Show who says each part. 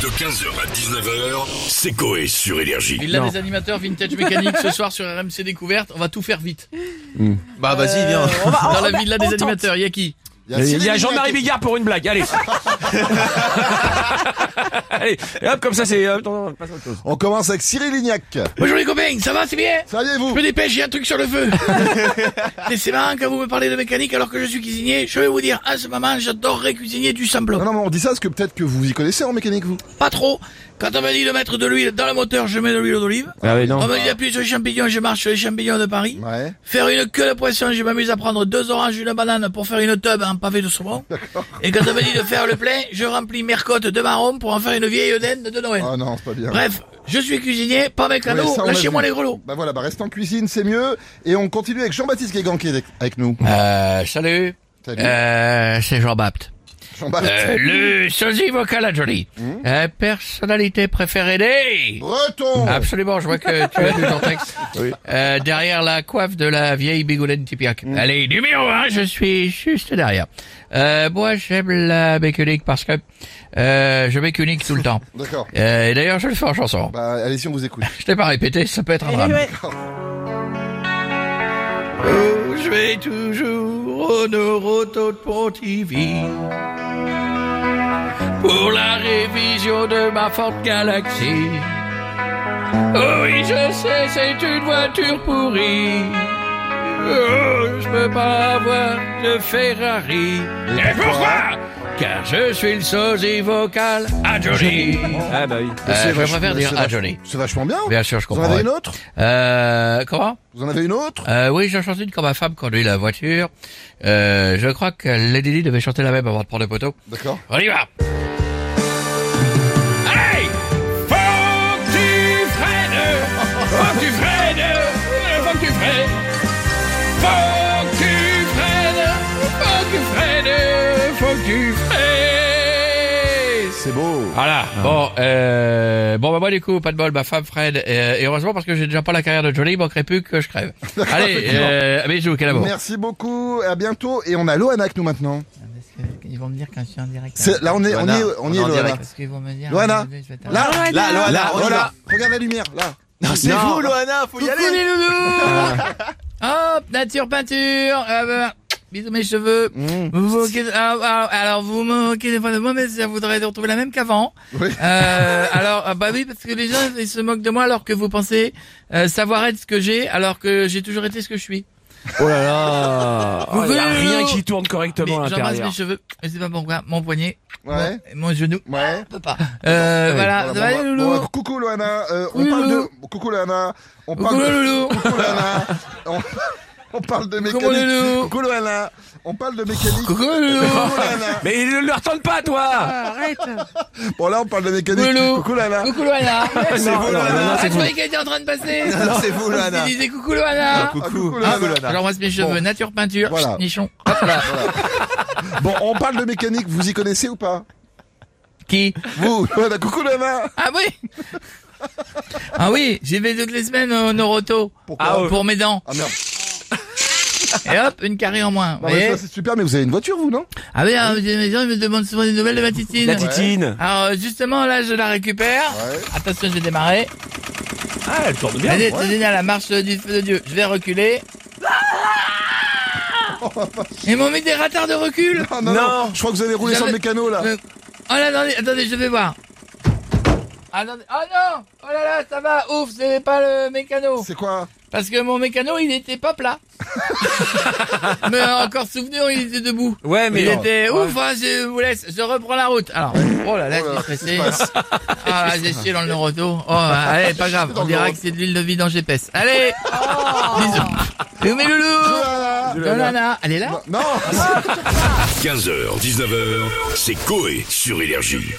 Speaker 1: De 15h à 19h, c'est Coé sur Énergie.
Speaker 2: Il a
Speaker 3: Non.
Speaker 2: des animateurs vintage mécanique ce soir sur RMC Découverte. On va tout faire vite.
Speaker 4: Bah vas-y,
Speaker 2: Euh,
Speaker 4: viens.
Speaker 2: Dans la villa des animateurs, il y a qui
Speaker 3: Il y Bah, a Jean-Marie Bigard pour une blague, allez Allez, et hop, comme ça c'est... euh, attends, attends, passe à autre chose.
Speaker 4: On commence avec Cyril Lignac.
Speaker 2: Bonjour les copains, ça va, c'est bien
Speaker 4: Ça y est,
Speaker 2: Je
Speaker 4: vous
Speaker 2: me dépêche, j'ai un truc sur le feu. Et c'est marrant quand vous me parlez de mécanique alors que je suis cuisinier. Je vais vous dire, à ce moment, j'adorerais cuisiner du
Speaker 4: Non,
Speaker 2: samplon.
Speaker 4: non, mais on dit ça parce que peut-être que vous y connaissez en mécanique, vous.
Speaker 2: Pas trop. Quand on me dit de mettre de l'huile dans le moteur, je mets de l'huile d'olive.
Speaker 3: Ah oui,
Speaker 2: On
Speaker 3: non.
Speaker 2: me dit d'appuyer sur les champignons, je marche sur les champignons de Paris.
Speaker 4: Ouais.
Speaker 2: Faire une queue de poisson, je m'amuse à prendre deux oranges, une banane pour faire une teub en pavé de saumon. Et quand on me dit de faire le plein, je remplis mes côtes de marron pour en faire une vieille dinde de Noël.
Speaker 4: Ah non, c'est pas bien.
Speaker 2: Bref, je suis cuisinier, pas mes
Speaker 4: Ouais,
Speaker 2: cadeaux,
Speaker 4: ça, on l'a
Speaker 2: lâchez-moi
Speaker 4: vu.
Speaker 2: les grelots.
Speaker 4: Bah voilà, bah reste en cuisine, c'est mieux. Et on continue avec Jean-Baptiste Guégan qui est avec- avec nous.
Speaker 2: Euh, salut.
Speaker 4: Salut. Euh,
Speaker 2: Euh, c'est Jean-Baptiste. Euh,
Speaker 4: Jean-Baptiste.
Speaker 2: le sosie vocal à Johnny. Euh, personnalité préférée
Speaker 4: Oh.
Speaker 2: des...
Speaker 4: Breton
Speaker 2: Absolument, je vois que tu as lu ton texte. Euh, derrière la coiffe de la vieille bigoulaine typiaque. Allez, numéro un, je suis juste derrière. Euh, moi, j'aime la bécunique parce que euh, je bécunique tout le temps.
Speaker 4: D'accord.
Speaker 2: Euh, et d'ailleurs, je le fais en chanson.
Speaker 4: Bah allez-y, on vous écoute.
Speaker 2: Je t'ai pas répété, ça peut être un drame. Oh, je vais toujours au Neuroto de Pontivy pour la révision de ma Ford Galaxy. Oh oui, je sais, c'est une voiture pourrie. Oh, je peux pas avoir de Ferrari. Et pourquoi Car je suis le sosie vocal à Johnny.
Speaker 3: Ah bah oui.
Speaker 2: Euh,
Speaker 4: C'est
Speaker 2: je
Speaker 4: vachement-
Speaker 2: préfère dire
Speaker 4: c'est
Speaker 2: à
Speaker 4: vachement-
Speaker 2: Johnny.
Speaker 4: C'est vachement bien.
Speaker 2: Bien sûr, je
Speaker 4: Vous en
Speaker 2: comprends.
Speaker 4: avez une
Speaker 2: ouais.
Speaker 4: autre
Speaker 2: Euh, comment
Speaker 4: Vous en avez une autre
Speaker 2: euh, oui, j'en chante une quand ma femme conduit la voiture. Euh, je crois que Lady Di devait chanter la même avant de prendre le poteau.
Speaker 4: D'accord.
Speaker 2: On y va Allez Faut que tu freines Faut que tu freines Faut que tu freines Faut que tu freines Faut que tu freines Faut que tu freines
Speaker 4: C'est beau. Ah.
Speaker 2: voilà. Bon, euh, bon, bah moi du coup, pas de bol, ma femme Fred, euh, et heureusement parce que j'ai déjà pas la carrière de Johnny, il manquerait plus que je crève.
Speaker 4: Ah,
Speaker 2: Allez, euh, bisous, quel amour.
Speaker 4: Merci beaucoup, à bientôt. Et on a Loanac nous maintenant.
Speaker 5: Ils vont me dire quand je suis en direct. hein.
Speaker 4: C'est- Là on est, on y est, on y est, Loana.
Speaker 5: Parce qu'ils vont me dire.
Speaker 4: Loana.
Speaker 5: je vais t'arrêter.
Speaker 4: Là, là,
Speaker 6: Là, Loana,
Speaker 3: Oh
Speaker 6: on y
Speaker 4: voilà.
Speaker 6: va.
Speaker 4: Regarde la lumière, là.
Speaker 6: Non, c'est vous, Loana, faut y
Speaker 2: Coucou
Speaker 6: aller.
Speaker 2: les loulous Hop, nature peinture Ah bah, Bisous mes cheveux Vous vous moquez de- ah, ah, Alors vous me moquez des fois de moi mais ça voudrait de retrouver la même qu'avant
Speaker 4: Oui.
Speaker 2: Euh, Alors ah bah oui parce que les gens ils se moquent de moi alors que vous pensez euh, savoir être ce que j'ai alors que j'ai toujours été ce que je suis
Speaker 3: Oh là là
Speaker 2: Vous
Speaker 3: Oh, Il y a
Speaker 2: voulez le
Speaker 3: rien
Speaker 2: lot
Speaker 3: qui tourne
Speaker 2: Mais
Speaker 3: correctement à
Speaker 2: j'embrasse
Speaker 3: l'intérieur.
Speaker 2: mes cheveux mais c'est pas pourquoi mon poignet
Speaker 4: Ouais.
Speaker 2: mon, mon genou
Speaker 4: Ouais.
Speaker 2: on peut pas euh, voilà,
Speaker 4: Voilà,
Speaker 2: ça
Speaker 4: bon,
Speaker 2: va
Speaker 4: bah,
Speaker 2: les loulous
Speaker 4: bon, bah, coucou Loana, euh, on
Speaker 2: Oui,
Speaker 4: parle
Speaker 2: loulou.
Speaker 4: de coucou Loana, on
Speaker 2: Coucou
Speaker 4: parle
Speaker 2: les
Speaker 4: de
Speaker 2: loulous
Speaker 4: coucou Loana, on, on parle de mécanique.
Speaker 2: loulou.
Speaker 4: Coucou Loana, on parle de mécanique.
Speaker 2: Coucou les loulous
Speaker 4: Coucou Loana.
Speaker 3: Mais ne le retourne pas, toi
Speaker 4: Bon là on parle de mécanique.
Speaker 2: Loulou.
Speaker 4: Coucou Loana.
Speaker 2: Coucou Loana
Speaker 6: C'est vous, Loana.
Speaker 2: Ah, je croyais qu'elle était en train de passer
Speaker 6: Non, c'est vous, Loana.
Speaker 2: Il disait Ah, coucou Loana
Speaker 4: Ah,
Speaker 6: Coucou,
Speaker 4: Loana.
Speaker 6: coucou, Loana.
Speaker 2: J'embrasse mes cheveux,
Speaker 4: Bon.
Speaker 2: nature peinture,
Speaker 4: Voilà.
Speaker 2: chut, nichon.
Speaker 4: Bon, on parle de mécanique, vous y connaissez ou pas
Speaker 2: Qui
Speaker 4: Vous, Loana, coucou Loana.
Speaker 2: Ah oui Ah oui, j'y vais toutes les semaines au Noroto.
Speaker 4: Pourquoi
Speaker 3: Ah, ouais.
Speaker 2: Pour mes dents.
Speaker 4: Ah merde.
Speaker 2: Et hop, une carré en moins. vous
Speaker 4: Non, mais
Speaker 2: voyez
Speaker 4: Bah, ça, c'est super, mais vous avez une voiture vous, non
Speaker 2: ah oui, alors, mes gens ils me demandent souvent des nouvelles de ma titine.
Speaker 3: La titine
Speaker 2: Alors euh, justement, là, je la récupère.
Speaker 4: Ouais.
Speaker 2: Attention, je vais démarrer.
Speaker 3: Ah, elle tourne bien
Speaker 2: Allez, tenez à la marche du feu de Dieu. Je vais reculer.
Speaker 4: Oh,
Speaker 2: Ils m'ont mis des ratards de recul.
Speaker 4: Ah,
Speaker 3: Non.
Speaker 4: Je crois que vous avez roulé sur le
Speaker 2: J'avais-
Speaker 4: mécano là.
Speaker 2: Euh, Oh là, attendez, attendez, je vais voir. Attendez. Oh non Oh là là, ça va, ouf, c'est pas le mécano.
Speaker 4: C'est quoi
Speaker 2: Parce que mon mécano, il était pas plat. mais encore souvenir, il était debout.
Speaker 3: Ouais, mais
Speaker 2: il
Speaker 3: non.
Speaker 2: était ouf, hein, je vous laisse, je reprends la route. Alors, oh là là,
Speaker 4: Oh là,
Speaker 2: je suis stressé.
Speaker 4: qu'est-ce qui se
Speaker 2: Ah, là, j'ai chié dans le Noroto. Oh, allez, pas grave,
Speaker 4: Dans
Speaker 2: on
Speaker 4: le Oh.
Speaker 2: dira
Speaker 4: Noroto.
Speaker 2: que c'est de l'huile de vidange épaisse. Allez Bisous Bisous, mes loulous
Speaker 4: Loana.
Speaker 2: Dolana, elle est là
Speaker 4: Ah Non.
Speaker 1: 15h, 19h, c'est Coé sur Énergie.